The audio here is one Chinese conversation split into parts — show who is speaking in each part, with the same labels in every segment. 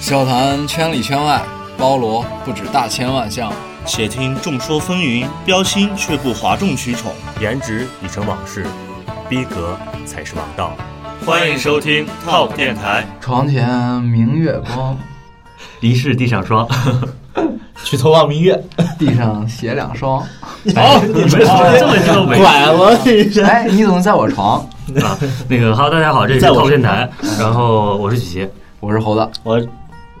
Speaker 1: 笑谈圈里圈外，包罗不止大千万项。
Speaker 2: 且听众说纷纭，标新却不哗众取宠。
Speaker 3: 颜值已成往事，逼格才是王道。
Speaker 4: 欢迎收听 TOP 电台。
Speaker 1: 床前明月光，
Speaker 3: 疑是地上霜， 举头望明月。
Speaker 1: 地上写两双。
Speaker 3: 好，你们这么就没
Speaker 5: 拐了你这。
Speaker 1: 哎，你怎么在我床？
Speaker 3: 啊？那个哈喽，大家好，这里是
Speaker 2: 在我
Speaker 3: TOP 电台，然后我是许杰。
Speaker 1: 我是猴子。
Speaker 2: 我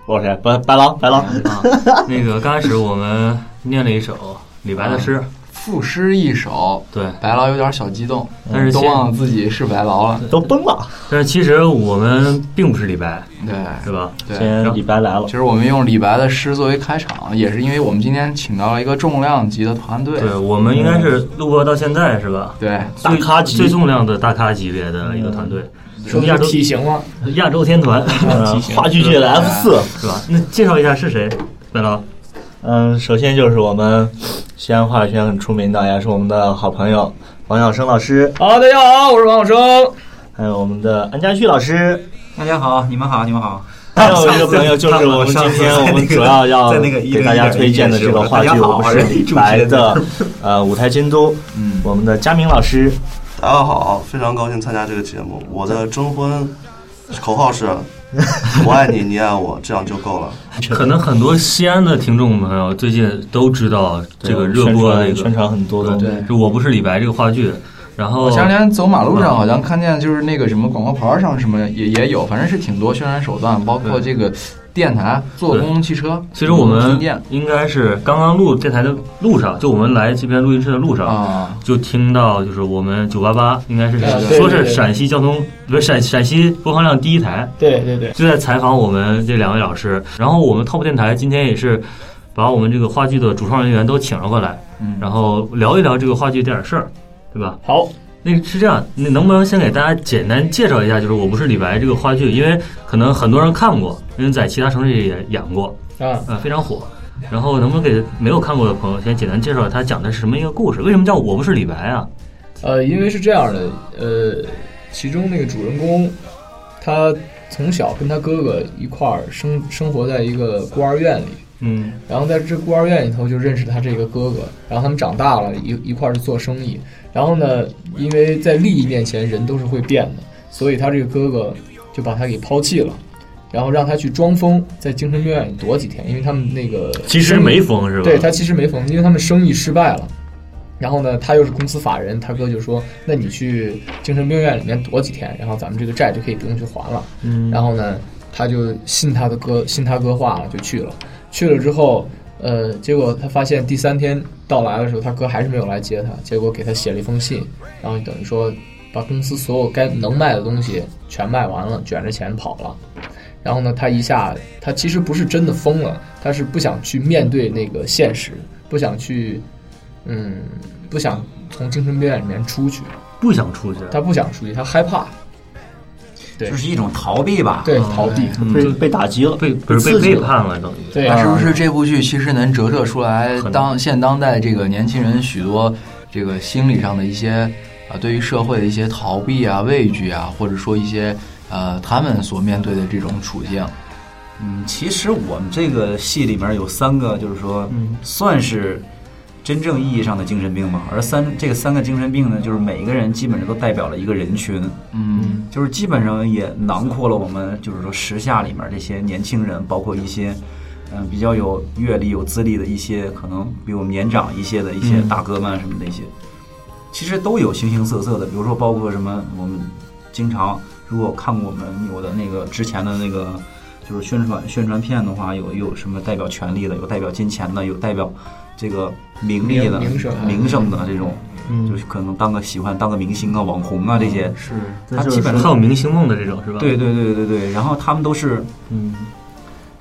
Speaker 2: 我是谁？白白狼，白狼。
Speaker 3: 啊，那个刚开始我们念了一首李白的
Speaker 2: 啊
Speaker 3: 诗，
Speaker 1: 赋诗一首，
Speaker 3: 对，
Speaker 1: 白劳有点小激动，
Speaker 3: 但是
Speaker 1: 都
Speaker 3: 先
Speaker 1: 忘了自己是白劳了。
Speaker 2: 都崩了，
Speaker 3: 但是其实我们并不是李白，
Speaker 1: 对
Speaker 3: 是吧？
Speaker 1: 对。
Speaker 2: 先李白来了
Speaker 1: 其，实我们用李白的诗作为开场，也是因为我们今天请到了一个重量级的团队。
Speaker 3: 对，我们应该是录播到现在是吧？
Speaker 1: 对，
Speaker 2: 大咖级
Speaker 3: 最最重量的大咖级别的一个团队，什么亚洲
Speaker 5: 体型了，
Speaker 3: 亚洲天团
Speaker 2: 嗯，话剧界的 F 四。
Speaker 3: 是吧？那介绍一下是谁？白狼，
Speaker 2: 嗯，首先就是我们西安话剧圈很出名的，也是我们的好朋友王晓生老师，
Speaker 5: 好，大家好，我是王小生。
Speaker 2: 还有我们的安家旭老师，
Speaker 6: 大家好，你们好，你们好。
Speaker 2: 还有一个朋友就是我们今天我们主要要
Speaker 6: 在那个一
Speaker 2: 给大家推荐的这个话剧
Speaker 6: 在那个一零一的演示我说大
Speaker 2: 《
Speaker 6: 家好
Speaker 2: 我们是李白的》呃舞台监督，
Speaker 6: 嗯
Speaker 2: 我们的佳明老师，
Speaker 7: 大家好，非常高兴参加这个节目。我的征婚口号 是：我爱你，你爱我，这样就够了。
Speaker 3: 可能很多西安的听众朋友最近都知道这个热播的一
Speaker 2: 宣传
Speaker 3: 个
Speaker 2: 宣传很多的，
Speaker 1: 对
Speaker 3: 就我不是李白这个话剧，然后
Speaker 1: 我前两天走马路
Speaker 3: 嗯
Speaker 1: 上，好像看见就是那个什么广告牌儿上什么也也有，反正是挺多宣传手段，包括这个电台坐公共汽车。
Speaker 3: 其实我
Speaker 1: 停
Speaker 3: 们
Speaker 1: 电
Speaker 3: 应该是刚刚录电台的路上，就我们来这边录音室的路上，
Speaker 1: 啊，
Speaker 3: 就听到就是我们九八八应该是
Speaker 5: 对对
Speaker 3: 说是
Speaker 5: 对对
Speaker 3: 陕西交通不是陕陕西播放量第一台，
Speaker 5: 对对对，
Speaker 3: 就在采访我们这两位老师。然后我们 TOP 电台今天也是把我们这个话剧的主创人员都请了过来，
Speaker 1: 嗯
Speaker 3: 然后聊一聊这个话剧这点事儿，对吧？
Speaker 5: 好，
Speaker 3: 那个是这样，那能不能先给大家简单介绍一下，就是《我不是李白》这个话剧？因为可能很多人看过，因为在其他城市也演过，
Speaker 5: 啊，
Speaker 3: 呃，非常火。然后能不能给没有看过的朋友先简单介绍它讲的是什么一个故事？为什么叫《我不是李白》啊？
Speaker 5: 呃，因为是这样的，呃，其中那个主人公，他从小跟他哥哥一块儿生生活在一个孤儿院里，
Speaker 3: 嗯，
Speaker 5: 然后在这孤儿院里头就认识他这个哥哥，然后他们长大了一一块儿去做生意。然后呢，因为在利益面前人都是会变的，所以他这个哥哥就把他给抛弃了，然后让他去装疯，在精神病院里躲几天，因为他们那个
Speaker 3: 其实没疯是吧？
Speaker 5: 对他其实没缝，因为他们生意失败了。然后呢，他又是公司法人，他哥就说：“那你去精神病院里面躲几天，然后咱们这个债就可以不用去还了。”
Speaker 3: 嗯
Speaker 5: 然后呢，他就信他的哥，信他哥话了，就去了。去了之后，呃，结果他发现第三天到来的时候，他哥还是没有来接他，结果给他写了一封信，然后等于说把公司所有该能卖的东西全卖完了，卷着钱跑了。然后呢，他一下，他其实不是真的疯了，他是不想去面对那个现实，不想去，嗯，不想从精神病院里面出去，
Speaker 3: 不想出去，
Speaker 5: 他不想出去，他害怕，对
Speaker 6: 就是一种逃避吧。
Speaker 5: 对，逃避，
Speaker 3: 嗯
Speaker 2: 被
Speaker 3: 就
Speaker 2: 被打击了，
Speaker 3: 被不是
Speaker 2: 刺激
Speaker 3: 被背
Speaker 2: 了
Speaker 3: 叛了，等于
Speaker 5: 对，啊
Speaker 1: 那是不是这部剧其实能折射出来
Speaker 3: 很
Speaker 1: 当现当代这个年轻人许多这个心理上的一些啊，对于社会的一些逃避啊、畏惧啊，或者说一些呃他们所面对的这种处境。
Speaker 6: 嗯，其实我们这个戏里面有三个，就是说，算是真正意义上的精神病吧。而三这个三个精神病呢，就是每个人基本上都代表了一个人群，
Speaker 1: 嗯
Speaker 6: 就是基本上也囊括了我们就是说时下里面这些年轻人，包括一些。嗯，比较有阅历、有资历的一些，可能比我们年长一些的一些大哥们什么的一些，其实都有形形色色的，比如说包括什么，我们经常如果看过我们有的那个之前的那个就是宣传宣传片的话，有有什么代表权力的，有代表金钱的，有代表这个名利的、
Speaker 5: 名名声嗯
Speaker 6: 名声的这种，
Speaker 3: 嗯
Speaker 6: 就是可能当个喜欢当个明星啊、网红啊这
Speaker 5: 嗯
Speaker 6: 些，
Speaker 1: 是
Speaker 6: 他基本
Speaker 3: 还
Speaker 6: 上
Speaker 3: 有明星梦的这种是吧？
Speaker 6: 对对对对对，然后他们都是
Speaker 3: 嗯，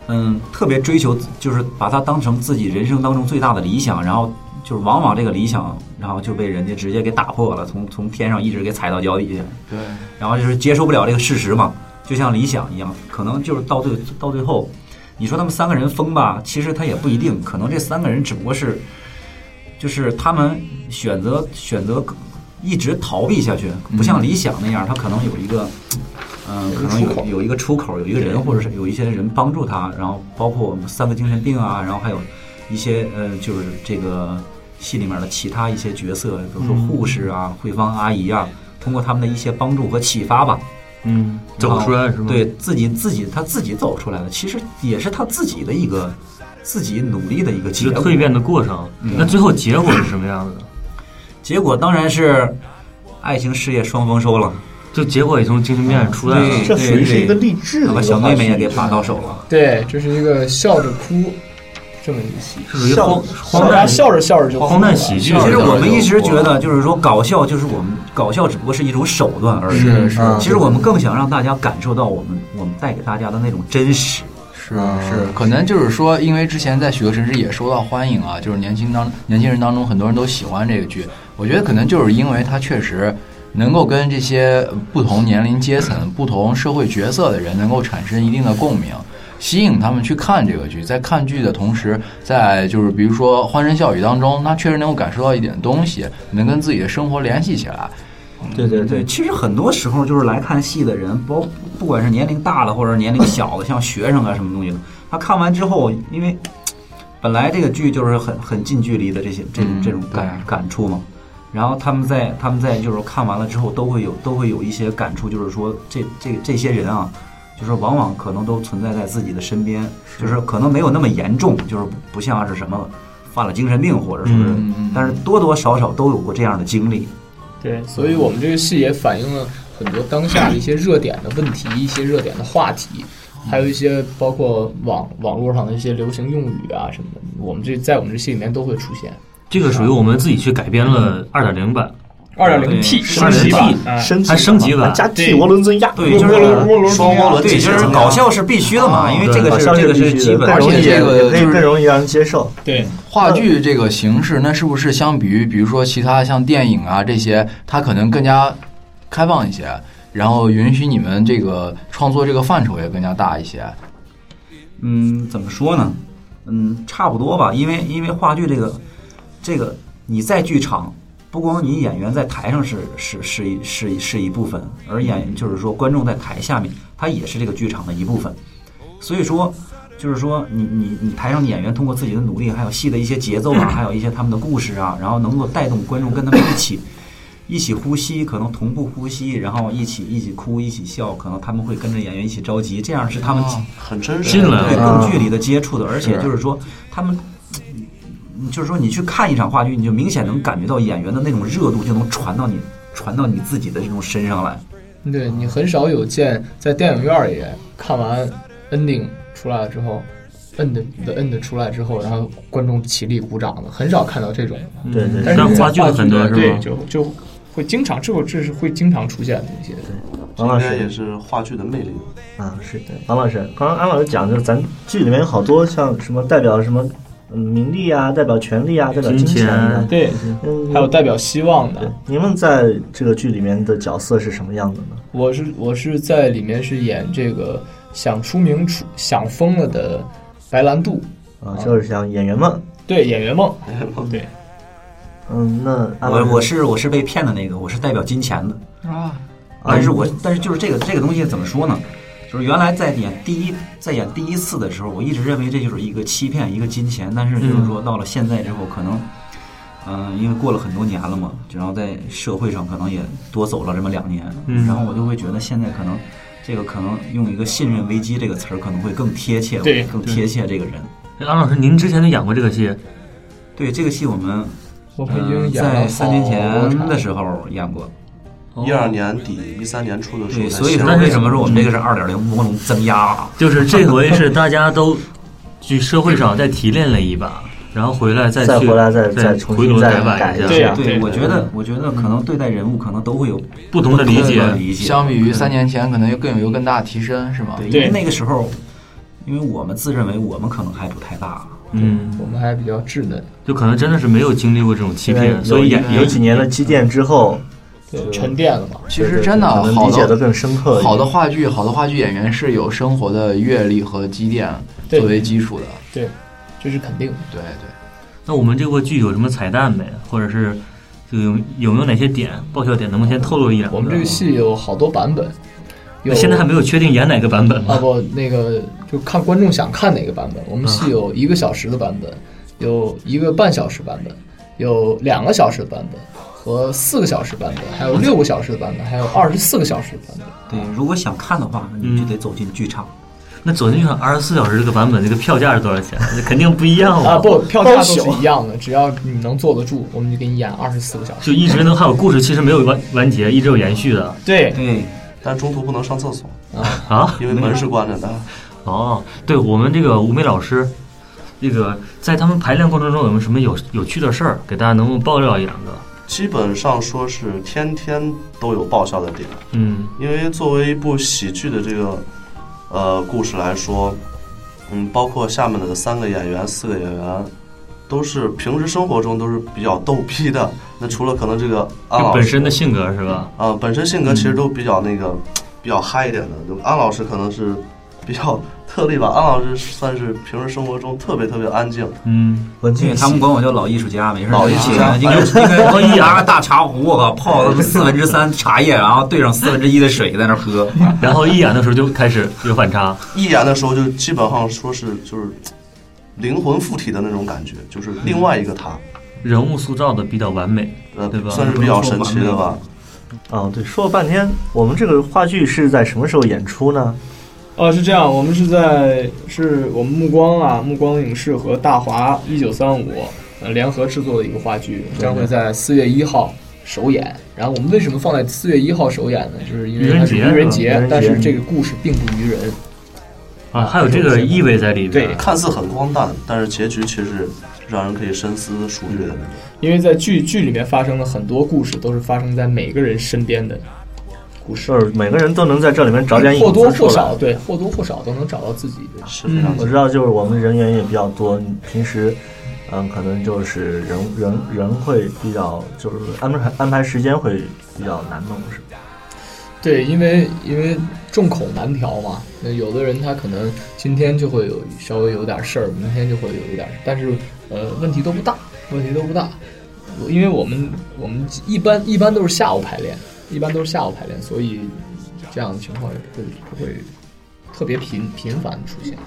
Speaker 6: 嗯，特别追求，就是把它当成自己人生当中最大的理想，然后就是往往这个理想，然后就被人家直接给打破了，从从天上一直给踩到脚底下，
Speaker 1: 对，
Speaker 6: 然后就是接受不了这个事实嘛，就像理想一样，可能就是到最到最后，你说他们三个人疯吧，其实他也不一定，可能这三个人只不过是，就是他们选择选择一直逃避下去，不像理想那样，他可能有一个嗯，可能有有一个出口，有一个人或者是有一些人帮助他，然后包括我们三个精神病啊，然后还有一些呃，就是这个戏里面的其他一些角色，比如说护士啊、慧芳阿姨啊，通过他们的一些帮助和启发吧，
Speaker 3: 嗯，走出来是吗？
Speaker 6: 对自己自己他自己走出来的，其实也是他自己的一个自己努力的一个
Speaker 3: 一
Speaker 6: 结
Speaker 3: 个
Speaker 6: 果。
Speaker 3: 蜕变的过程。那最后结果是什么样子的？
Speaker 6: 结果当然是爱情事业双丰收了，
Speaker 3: 就结果也从精神病院出来了
Speaker 6: 对。
Speaker 2: 这属于是一个励志的
Speaker 6: 把
Speaker 2: 一个
Speaker 6: 小妹妹也
Speaker 2: 话剧
Speaker 6: 给拔到手了。
Speaker 5: 对，这是一个笑着哭这么一个戏，
Speaker 3: 是属于荒荒
Speaker 5: 大家
Speaker 3: 诞
Speaker 5: 笑着笑着就哭了
Speaker 3: 荒诞喜剧。
Speaker 6: 其实我们一直觉得，就是说搞笑，就是我们搞笑只不过是一种手段而已。
Speaker 1: 是是
Speaker 2: 嗯
Speaker 6: 其实我们更想让大家感受到我们我们带给大家的那种真实。
Speaker 1: 是是，可能就是说，因为之前在许多城市也受到欢迎啊，就是年轻当年轻人当中很多人都喜欢这个剧。我觉得可能就是因为它确实能够跟这些不同年龄阶层、不同社会角色的人能够产生一定的共鸣。吸引他们去看这个剧，在看剧的同时，在就是比如说欢声笑语当中，他确实能够感受到一点东西，能跟自己的生活联系起来。
Speaker 2: 对对对
Speaker 6: 嗯对，，其实很多时候就是来看戏的人，包不管是年龄大的或者年龄小的，像学生啊什么东西的，他看完之后，因为本来这个剧就是很很近距离的这些这种
Speaker 1: 嗯
Speaker 6: 这种感
Speaker 1: 对
Speaker 6: 感触嘛，然后他们在他们在就是看完了之后，都会有都会有一些感触，就是说这这这些人啊，就是往往可能都存在在自己的身边，就是可能没有那么严重，就是不不像是什么犯了精神病或者是，
Speaker 1: 嗯嗯
Speaker 6: 但是多多少少都有过这样的经历。
Speaker 5: 对，所以我们这个戏也反映了很多当下的一些热点的问题，一些热点的话题，还有一些包括网网络上的一些流行用语啊什么的，我们这在我们这戏里面都会出现。
Speaker 3: 这个属于我们自己去改编了二点零版，
Speaker 5: 二点零 T
Speaker 3: 哦二点零 T
Speaker 5: 啊嗯
Speaker 2: 升级
Speaker 3: 还升级版
Speaker 2: 还加替涡轮增压，
Speaker 6: 对，就是
Speaker 7: 双涡轮
Speaker 6: 对，
Speaker 7: 体
Speaker 6: 就
Speaker 7: 型
Speaker 6: 是搞笑是必须的嘛，因为这个
Speaker 2: 哦搞
Speaker 6: 是
Speaker 2: 笑
Speaker 6: 这个
Speaker 2: 必
Speaker 6: 是
Speaker 2: 须的
Speaker 6: 基本
Speaker 2: 更
Speaker 1: 而
Speaker 2: 容
Speaker 1: 且
Speaker 2: 易
Speaker 1: 这个
Speaker 2: 也可以
Speaker 1: 就是
Speaker 2: 更容易让人接受。
Speaker 5: 对，
Speaker 1: 话剧这个形式，那是不是相比于比如说其他像电影啊这些，它可能更加开放一些，然后允许你们这个创作这个范畴也更加大一些？
Speaker 6: 嗯，怎么说呢？嗯，差不多吧，因为因为话剧这个这个你在剧场，不光你演员在台上是是是一是一是一部分，而演就是说观众在台下面，他也是这个剧场的一部分。所以说，就是说你你你台上的演员通过自己的努力，还有戏的一些节奏啊，还有一些他们的故事啊，然后能够带动观众跟他们一起。一起呼吸，可能同步呼吸，然后一起一起哭，一起笑，可能他们会跟着演员一起着急，这样是他们
Speaker 7: 很真实
Speaker 3: 进。来
Speaker 6: 对
Speaker 3: 了。
Speaker 6: 更距离的接触的，而且就是说他们。嗯就是说，你去看一场话剧，你就明显能感觉到演员的那种热度，就能传到你，传到你自己的这种身上来。
Speaker 5: 对你很少有见在电影院里看完 ending 出来了之后。摁的的摁的出来之后，然后观众起立鼓掌的，很少看到这种。
Speaker 2: 对对
Speaker 5: 嗯但
Speaker 2: 对
Speaker 5: 是
Speaker 3: 那
Speaker 5: 在
Speaker 3: 话剧很多是吗
Speaker 5: 对，就就会经常，这个这是会经常出现的一些。
Speaker 2: 王
Speaker 7: 应
Speaker 2: 老
Speaker 7: 该也
Speaker 2: 师
Speaker 7: 是话剧的魅 力。
Speaker 2: 啊，是的，王老师，刚刚安老师讲，就是咱剧里面有好多像什么代表什么嗯名利啊，代表权力啊，代表金
Speaker 3: 金钱
Speaker 2: 啊，
Speaker 5: 对，
Speaker 2: 嗯，
Speaker 5: 还有代表希望的
Speaker 2: 对，，你们在这个剧里面的角色是什么样的呢？
Speaker 5: 我是我是在里面是演这个想出名出想疯了的白兰度，
Speaker 2: 啊，就是像演员们，
Speaker 5: 对演员梦，对
Speaker 2: 嗯，那安
Speaker 6: 我
Speaker 2: 老
Speaker 6: 我
Speaker 2: 师
Speaker 6: 是我是被骗的那个，我是代表金钱的。
Speaker 1: 啊，
Speaker 6: 但是我但是就是这个这个东西怎么说呢？就是原来在演第一在演第一次的时候，我一直认为这就是一个欺骗，一个金钱。但是就是
Speaker 5: 嗯
Speaker 6: 说到了现在之后，可能嗯、因为过了很多年了嘛，然后在社会上可能也多走了这么两年，
Speaker 3: 嗯
Speaker 6: 然后我就会觉得现在可能这个可能用一个信任危机这个词儿可能会更贴切，
Speaker 5: 对
Speaker 6: 更贴切这个人。
Speaker 3: 哎安老师，您之前就演过这个戏，
Speaker 6: 对这个戏，我们
Speaker 5: 我们已经
Speaker 6: 嗯、
Speaker 5: 演了
Speaker 6: 在三年
Speaker 5: 好多
Speaker 6: 前
Speaker 5: 场
Speaker 6: 的时候演过。
Speaker 7: 哦一二年底、一三年初的时候
Speaker 6: 对，
Speaker 7: 才
Speaker 6: 所以
Speaker 7: 写
Speaker 6: 说
Speaker 7: 的
Speaker 6: 为什么说我们这个
Speaker 5: 嗯
Speaker 6: 是二点零涡轮增压啊？
Speaker 3: 就是这回是大家都去社会上再提炼了一把，然后回来再去
Speaker 2: 再回来再
Speaker 3: 再
Speaker 2: 再重
Speaker 3: 回
Speaker 2: 新
Speaker 3: 炉
Speaker 2: 再
Speaker 3: 摆
Speaker 2: 改
Speaker 3: 下，
Speaker 2: 一下，
Speaker 5: 对
Speaker 6: 对，我觉得，我觉得可能对待人物可能都会有
Speaker 3: 不同的理
Speaker 6: 不
Speaker 3: 解
Speaker 6: 同。的理解。
Speaker 1: 相比于三年前，可能又更有一个更大的提升，是吗？
Speaker 6: 对，因
Speaker 5: 对
Speaker 6: 为那个时候，因为我们自认为我们可能还不太大，
Speaker 3: 嗯，
Speaker 5: 我们还比较稚嫩，
Speaker 3: 就可能真的是没有经历过这种欺
Speaker 2: 因为
Speaker 3: 骗，所以演
Speaker 2: 有有几年的积淀之后，
Speaker 5: 对沉淀了嘛，
Speaker 1: 其实真的
Speaker 2: 可能
Speaker 1: 好
Speaker 2: 理解的
Speaker 1: 的
Speaker 2: 更深刻一点，
Speaker 1: 好的话剧，好的话剧演员是有生活的阅历和积淀
Speaker 5: 对
Speaker 1: 作为基础的。
Speaker 5: 对，这是肯定的。
Speaker 1: 对对，
Speaker 3: 那我们这部剧有什么彩蛋没？或者是就有有没有哪些点爆笑点？能不能先透露一两个？
Speaker 5: 我们这个戏有好多版本，有
Speaker 3: 现在还没有确定演哪个版本
Speaker 5: 啊
Speaker 3: 吗？
Speaker 5: 不，那个就看观众想看哪个版本。我们戏有一个小时的版本，有一个半小时版本，有两个小时的版本和四个小时版本，还有六个小时的版本，还有二十四个小时的版本。
Speaker 6: 对，如果想看的话，那你就得走进剧场。
Speaker 3: 那走进去二十四小时这个版本，这个票价是多少钱？那肯定不一样
Speaker 5: 啊，
Speaker 3: 了。
Speaker 5: 不，票价都是一样的，只要你能坐得住，我们就给你演二十四个小时。
Speaker 3: 就一直能还有故事，其实没有完完结，一直有延续的
Speaker 5: 对
Speaker 6: 对，
Speaker 7: 但中途不能上厕所，
Speaker 3: 啊。
Speaker 7: 因为门是关着的。
Speaker 3: 哦，对我们这个吴梅老师，这个在他们排练过程中有没有什么有有趣的事儿，给大家能不能爆料一两个？
Speaker 7: 基本上说是天天都有爆笑的点，
Speaker 3: 嗯
Speaker 7: 因为作为一部喜剧的这个呃故事来说，嗯，包括下面的三个演员、四个演员，都是平时生活中都是比较逗逼的。那除了可能这个安
Speaker 3: 就
Speaker 7: 啊老
Speaker 3: 本
Speaker 7: 师
Speaker 3: 身的嗯性格是 吧？
Speaker 7: 啊、本身性格其实都比较那个、比较嗨一点的。就安老师可能是比较特例吧，安老师算是平时生活中特别特别安静，
Speaker 3: 嗯，
Speaker 2: 文
Speaker 6: 对
Speaker 2: 静
Speaker 6: 他们管我叫老艺术家，没事儿。
Speaker 7: 老艺术家
Speaker 6: 一个一个一牙大茶壶，我靠，泡他妈四分之三茶叶，然后兑上四分之一的水，在那儿喝。
Speaker 3: 然后一演的时候就开始有反差，
Speaker 7: 一演的时候就基本上说是就是灵魂附体的那种感觉，就是另外一个他，
Speaker 3: 人物塑造的比较完美，
Speaker 7: 呃
Speaker 3: 对吧，
Speaker 7: 算是比较神奇的吧。
Speaker 2: 啊，对，说了半天，我们这个话剧是在什么时候演出呢？
Speaker 5: 哦，是这样，我们是在是我们目光啊，目光影视和大华一九三五呃联合制作的一个话剧，将会在四月一号首演。然后我们为什么放在四月一号首演呢？就是因为它是愚
Speaker 3: 愚人节
Speaker 2: 啊愚人，
Speaker 5: 人节
Speaker 2: 节
Speaker 5: 但是这个故事并不愚人。
Speaker 3: 啊，还有这个意味在里边。
Speaker 5: 对
Speaker 7: 看似很荒诞，但是结局其实让人可以深思熟虑的那种。
Speaker 5: 因为在剧剧里面发生的很多故事都是发生在每个人身边的故事，
Speaker 2: 就是每个人都能在这里面找点
Speaker 5: 或
Speaker 2: 影子
Speaker 5: 多或
Speaker 2: 出
Speaker 5: 少
Speaker 2: 来。
Speaker 5: 对或多或少都能找到自己的。
Speaker 7: 是非常
Speaker 2: 我知道，就是我们人员也比较多，你平时，嗯，可能就是人人人会比较，就是安排安排时间会比较难弄，是吧？
Speaker 5: 对，因为因为众口难调嘛，那有的人他可能今天就会有稍微有点事儿，明天就会有一点事儿，但是呃问题都不大，问题都不大，我因为我们我们一般一般都是下午排练，一般都是下午排练，所以这样的情况也不会不会特别频频繁的出现。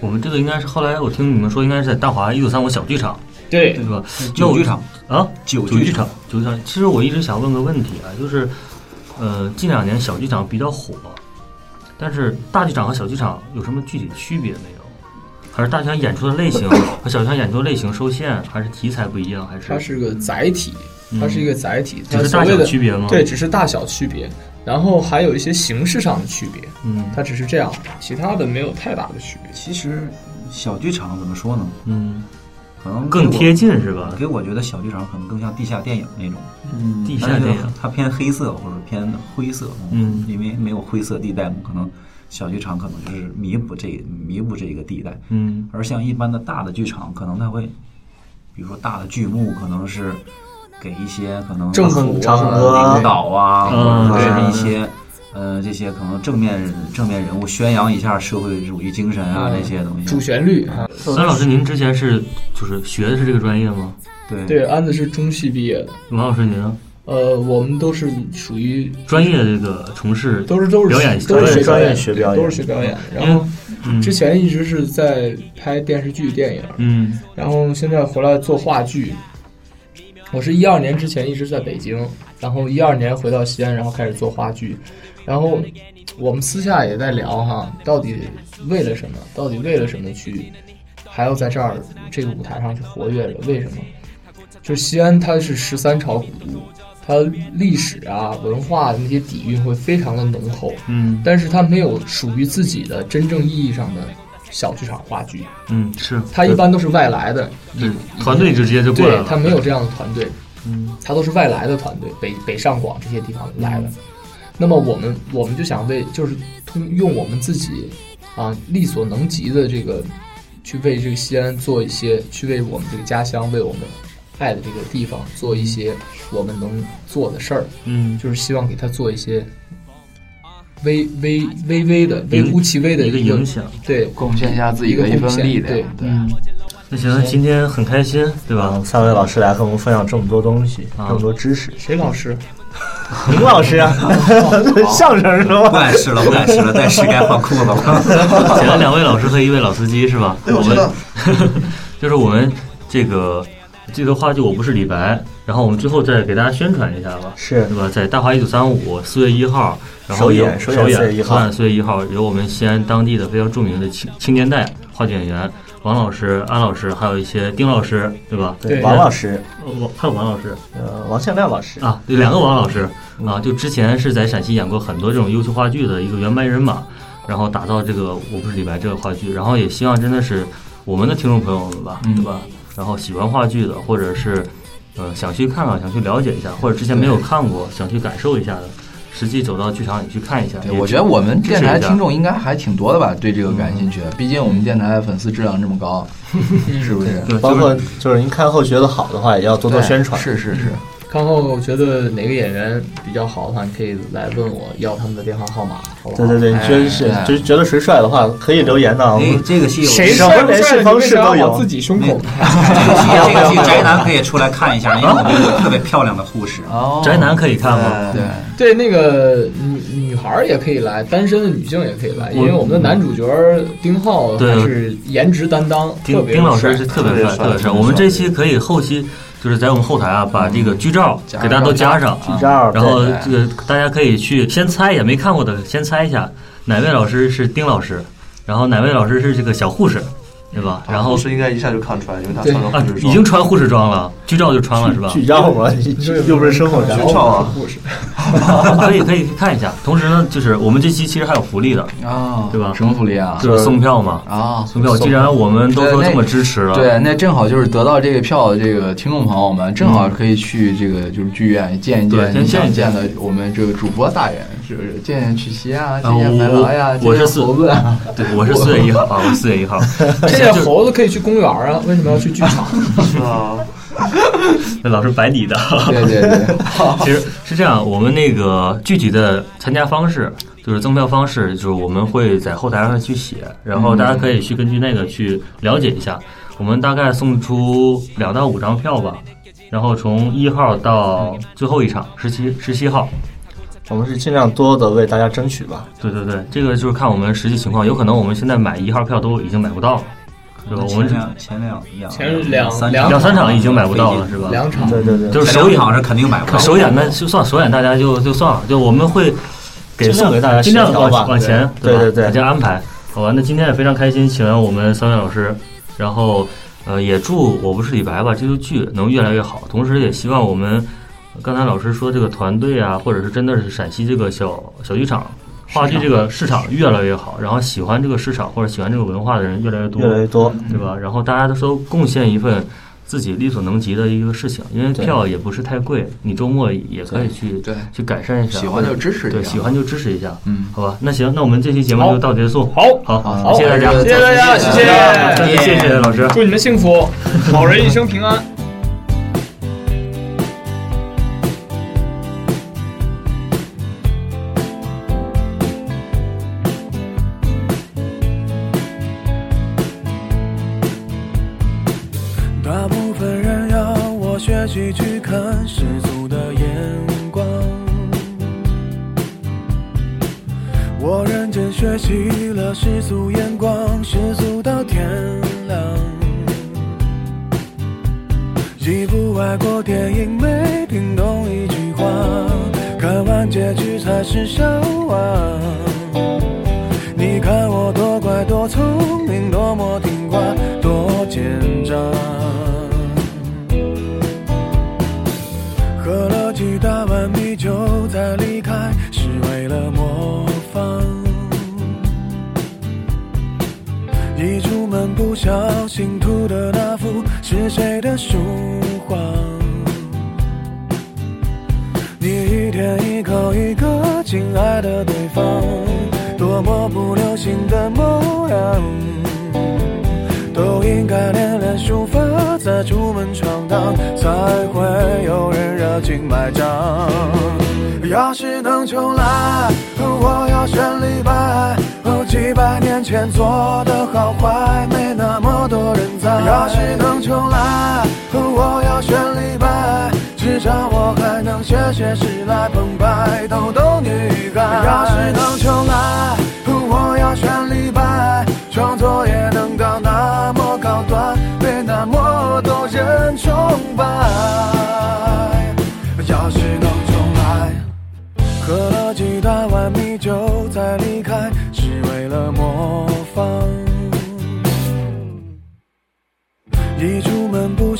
Speaker 3: 我们这个应该是后来我听你们说，应该是在大华一九三五小剧场，
Speaker 5: 对
Speaker 3: 对吧？
Speaker 6: 酒剧场，
Speaker 3: 啊，
Speaker 6: 酒
Speaker 3: 九剧场，，
Speaker 6: 场
Speaker 3: 九剧场。其实我一直想问个问题啊，就是，呃，近两年小剧场比较火，但是大剧场和小剧场有什么具体区别没有？还是大剧场演出的类 型和小剧场演出的类型受限，还是题材不一样，还是
Speaker 5: 它是个载体，它是一个载体，
Speaker 3: 只
Speaker 5: 它
Speaker 3: 是
Speaker 5: 所
Speaker 3: 大
Speaker 5: 谓
Speaker 3: 小
Speaker 5: 的
Speaker 3: 区别吗？
Speaker 5: 对，，只是大小区别，然后还有一些形式上的区别，
Speaker 3: 嗯
Speaker 5: 它只是这样，其他的没有太大的区别。
Speaker 6: 其实小剧场怎么说呢？
Speaker 3: 嗯，
Speaker 6: 可能
Speaker 3: 更
Speaker 6: 给我
Speaker 3: 贴。近是吧？
Speaker 6: 给我觉得小剧场可能更像地下电影那种，
Speaker 5: 嗯
Speaker 3: 地
Speaker 6: 但
Speaker 3: 下
Speaker 6: 是
Speaker 3: 电影，
Speaker 6: 它偏黑色或者偏灰色，
Speaker 3: 嗯
Speaker 6: 因为没有灰色地带嘛，可能小剧场可能就是弥补这弥补这个地带，
Speaker 3: 嗯
Speaker 6: 而像一般的大的剧场，可能它会，比如说大的剧目，可能是给一些可能
Speaker 5: 政府
Speaker 2: 长恨歌
Speaker 5: 啊
Speaker 2: 啊
Speaker 6: 领导啊，
Speaker 3: 嗯
Speaker 6: 或者说
Speaker 3: 对
Speaker 6: 是一些呃这些可能正面正面人物宣扬一下社会主义精神啊
Speaker 5: 嗯
Speaker 6: 这些东西。
Speaker 5: 主旋律啊，
Speaker 3: 安老师，您之前是就是学的是这个专业吗？
Speaker 6: 对
Speaker 5: 对，安子是中戏毕业的，
Speaker 3: 王老师您呢
Speaker 5: 呃，我们都是属于
Speaker 3: 专业这个从事
Speaker 5: 都是都是
Speaker 3: 表演
Speaker 5: 都是学
Speaker 2: 专业
Speaker 5: 演
Speaker 2: 学表
Speaker 5: 都
Speaker 2: 演
Speaker 5: 是学表演。
Speaker 3: 因为
Speaker 5: 然后
Speaker 3: 嗯
Speaker 5: 之前一直是在拍电视剧、电影，
Speaker 3: 嗯
Speaker 5: 然后现在回来做话剧。我是一二年之前一直在北京，然后一二年回到西安，然后开始做话剧。然后我们私下也在聊哈，到底为了什么？到底为了什么去还要在这儿这个舞台上去活跃着？为什么？就是西安它是十三朝古都，它历史啊文化那些底蕴会非常的浓厚，
Speaker 3: 嗯
Speaker 5: 但是它没有属于自己的真正意义上的小剧场话剧。
Speaker 3: 嗯是，
Speaker 5: 他一般都是外来的，
Speaker 3: 对团队就直接就过来
Speaker 5: 对
Speaker 3: 了，
Speaker 5: 他没有这样的团队，
Speaker 3: 嗯
Speaker 5: 他都是外来的团队，北北上广这些地方来的。那么我们我们就想为就是通用我们自己啊力所能及的这个去为这个西安做一些，去为我们这个家乡，为我们爱的这个地方做一些我们能做的事儿，
Speaker 3: 嗯
Speaker 5: 就是希望给他做一些微微微微的微乎其微的
Speaker 3: 一个
Speaker 5: 一个
Speaker 3: 影响。
Speaker 5: 对
Speaker 1: 贡献一下自己
Speaker 5: 一个
Speaker 1: 的一
Speaker 5: 贡
Speaker 1: 份
Speaker 5: 献
Speaker 1: 力量。
Speaker 5: 对
Speaker 1: 对，
Speaker 3: 嗯，那行，今天很开心，对吧
Speaker 2: 嗯，？三位老师来和我们分享这么多东西，
Speaker 3: 啊
Speaker 2: 这么多知识，
Speaker 5: 谁老师？
Speaker 2: 明老师啊，相声是
Speaker 6: 不
Speaker 2: 吧？
Speaker 6: 敢吃了，不敢吃了，再吃该换裤 子了。
Speaker 3: 请了两位老师和一位老司机 是吧？
Speaker 2: 哎
Speaker 7: 对，我觉
Speaker 3: 们
Speaker 7: 得
Speaker 3: 就是我们这个这个话剧《我不是李白》，然后我们最后再给大家宣传一下吧。
Speaker 2: 是
Speaker 3: 对吧？在大华一九三五四月一号，然后
Speaker 2: 首
Speaker 3: 有
Speaker 2: 演首
Speaker 3: 首
Speaker 2: 演4月1号
Speaker 3: 演四月一号有我们西安当地的非常著名的青青年代话剧演员王老师、安老师，还有一些丁老师，对吧？
Speaker 2: 对
Speaker 5: 对
Speaker 2: 王老师，
Speaker 3: 呃王还有王老师
Speaker 2: 呃，王向亮老师，
Speaker 3: 啊，对，两个王老师啊，就之前是在陕西演过很多这种优秀话剧的一个原班人马，然后打造这个《我不是李白》这个话剧，然后也希望真的是我们的听众朋友们吧，
Speaker 1: 嗯
Speaker 3: 对吧？然后喜欢话剧的，或者是呃想去看看、想去了解一下，或者之前没有看过想去感受一下的，实际走到剧场里去看一下。
Speaker 1: 对，
Speaker 3: 也
Speaker 1: 哎我觉得我们
Speaker 3: 支持
Speaker 1: 电台
Speaker 3: 一下嗯
Speaker 1: 听众应该还挺多的吧，对这个感兴趣。毕竟我们电台粉丝质量这么高，是不是？
Speaker 3: 对
Speaker 2: 包
Speaker 3: 就是
Speaker 2: 括就是您看后觉得好的话，也要多多
Speaker 1: 对
Speaker 2: 宣传。
Speaker 1: 是是是，
Speaker 5: 看后觉得哪个演员比较好的话，你可以来问我要他们的电话号码，好吧？
Speaker 2: 对对对，
Speaker 1: 哎
Speaker 2: 觉得是
Speaker 1: 哎
Speaker 2: 就是觉得谁帅的话，可以留言的。我
Speaker 6: 哎
Speaker 2: 们，
Speaker 6: 这个戏有
Speaker 5: 谁
Speaker 2: 什么
Speaker 5: 帅不
Speaker 2: 联系
Speaker 5: 帅你
Speaker 2: 方
Speaker 5: 为
Speaker 2: 式
Speaker 5: 啥
Speaker 2: 都
Speaker 5: 往
Speaker 2: 有
Speaker 5: 自己胸口拍。
Speaker 6: 这个戏，这个戏宅男可以出来看一下，因为我们有特别漂亮的护士。
Speaker 1: 哦
Speaker 3: 宅男可以看吗？
Speaker 7: 哎
Speaker 1: 对，
Speaker 5: 对，那个女女孩儿也可以来，单身的女性也可以来，因为我们的男主角丁浩
Speaker 3: 对
Speaker 5: 还是颜值担当，特
Speaker 3: 丁
Speaker 5: 别
Speaker 3: 丁老
Speaker 5: 帅
Speaker 3: 师是特别
Speaker 7: 特别
Speaker 3: 帅，
Speaker 7: 帅
Speaker 3: 特别帅。
Speaker 7: 特别
Speaker 3: 我们
Speaker 7: 帅
Speaker 3: 这期可以后期就是在我们后台啊，把这个剧照
Speaker 1: 加
Speaker 3: 给大家都加上，啊
Speaker 2: 剧照，
Speaker 3: 然后
Speaker 1: 对
Speaker 3: 这个大家可以去先猜一下，没看过的先猜一下，哪位老师是丁老师，然后哪位老师是这个小护士，对吧？然后
Speaker 7: 是应该一下就看出来，因为他穿着
Speaker 3: 啊
Speaker 7: 啊护士，
Speaker 3: 已
Speaker 7: 装
Speaker 3: 经。穿护士装了，剧照就穿了是吧
Speaker 2: 对？剧照嘛，你
Speaker 5: 你说有
Speaker 2: 又不是生活照
Speaker 5: 没。有
Speaker 7: 剧照啊
Speaker 5: 故事，
Speaker 3: 可以可以去看一下。同时呢，就是我们这期其实还有福利的，
Speaker 1: 啊，
Speaker 3: 对吧
Speaker 1: 什么福利啊？
Speaker 3: 就是送票嘛。
Speaker 1: 啊，
Speaker 3: 送票，既然我们都说这么支持了，
Speaker 1: 对，那正好就是得到这个票的这个听众朋友们，正好可以去这个就是剧院见一
Speaker 3: 嗯对
Speaker 1: 见
Speaker 3: 先
Speaker 1: 你想
Speaker 3: 见一见
Speaker 1: 见的我们这个主播大人，是不是见见曲奇啊，见
Speaker 3: 啊
Speaker 1: 见白狼呀，
Speaker 3: 我
Speaker 1: 见
Speaker 3: 我是
Speaker 1: 见
Speaker 3: 四
Speaker 1: 猴子啊，
Speaker 3: 对，我是四月一号啊，我四月一号。
Speaker 5: 这些猴子可以去公园儿啊，为什么要去剧场？
Speaker 7: 啊，
Speaker 3: 那老师白你的。
Speaker 1: 对对 对，
Speaker 3: 其实是这样，我们那个具体的参加方式就是赠票方式，就是我们会在后台上去写，然后
Speaker 6: 嗯
Speaker 3: 大家可以去根据那个去了解一下。我们大概送出两到五张票吧，然后从一号到最后一场十七十七号。
Speaker 2: 我们是尽量多的为大家争取吧。
Speaker 3: 对对对，这个就是看我们实际情况，有可能我们现在买一号票都已经买不到了，对吧？我
Speaker 6: 前
Speaker 3: 们
Speaker 6: 两前两两
Speaker 5: 前两
Speaker 6: 三
Speaker 5: 两
Speaker 3: 两三场已经买不到了，是吧？
Speaker 5: 两场
Speaker 2: 对对对，
Speaker 3: 就是首
Speaker 6: 前两
Speaker 3: 演
Speaker 6: 场是肯定买不到。
Speaker 3: 首演那就算首演，大家就就算了，就我们会给
Speaker 2: 尽量
Speaker 3: 送给大家，尽量
Speaker 2: 协调
Speaker 3: 往
Speaker 2: 吧
Speaker 3: 往前，
Speaker 2: 对
Speaker 3: 吧
Speaker 2: 对对
Speaker 3: 往前安排。好吧，那今天也非常开心，请来我们三位老师，然后呃也祝我不是李白吧这部剧能越来越好，同时也希望我们呃刚才老师说这个团队啊，或者是真的是陕西这个小小剧场。话剧这个市场越来越好，然后喜欢这个市场或者喜欢这个文化的人越来越多，
Speaker 2: 越来越多。
Speaker 3: 对
Speaker 1: 嗯
Speaker 3: 吧？然后大家都贡献一份自己力所能及的一个事情，因为
Speaker 2: 对
Speaker 3: 票也不是太贵，你周末也可以去
Speaker 1: 对
Speaker 3: 去改善一下，
Speaker 1: 喜欢就支持一下
Speaker 3: 对，喜欢就支持一下，
Speaker 1: 嗯
Speaker 3: 好吧？那行，那我们这期节目
Speaker 5: 好
Speaker 3: 就到结束，好，
Speaker 1: 好
Speaker 3: 谢谢大家，
Speaker 5: 谢谢大家，谢
Speaker 3: 谢
Speaker 5: 谢，
Speaker 3: 谢谢谢老师。
Speaker 5: 祝你们幸 福，好人一生平安。
Speaker 8: 大部分人要我学习去看世俗的眼光，我认真学习了世俗眼光，世俗到天亮。一部外国电影没听懂一句话，看完结局才是笑话。你看我多乖多聪明，多么听话，多奸诈。喝了几大碗米酒再离开，是为了模仿。一出门不小心涂的那幅是谁的书画？你一天一口一个亲爱的对方，多么不流行的模样，都应该练练书法，再出门闯荡，才会有人热情买账。要是能重来，我要选李白。哦，几百年前做的好坏，没那么多人在。要是能重来，我要选李白。只下我还能写写诗来澎湃，逗逗女孩。要是能重来，我要选李白，创作也能到那么高端，被那么多人崇拜。要是能重来。喝了几大碗米酒再离开，是为了模仿。一出门不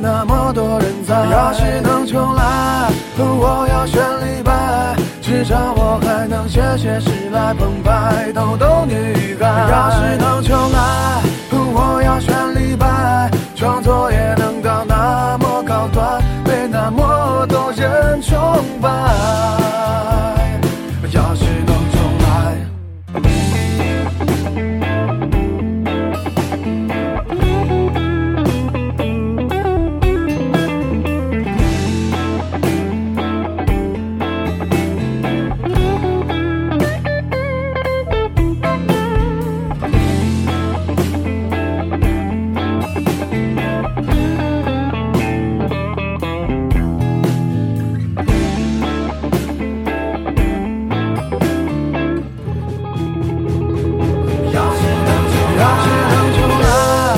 Speaker 8: 那么多人在。要是能重来，我要选李白。至少我还能写写诗来澎湃，逗逗女孩。要是能重来，我要选李白，创作也能到那么高端，被那么多人崇拜。要是能重来。要是能重来，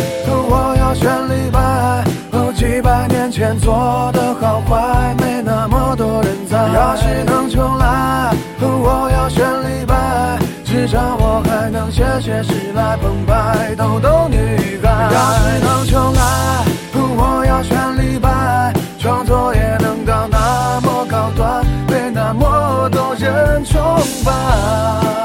Speaker 8: 我要选李白。哦，几百年前做的好坏，没那么多人在。要是能重来，我要选李白。至少我还能写写诗来澎湃，逗逗女孩。要是能重来，我要选李白，创作也能到那么高端，被那么多人崇拜。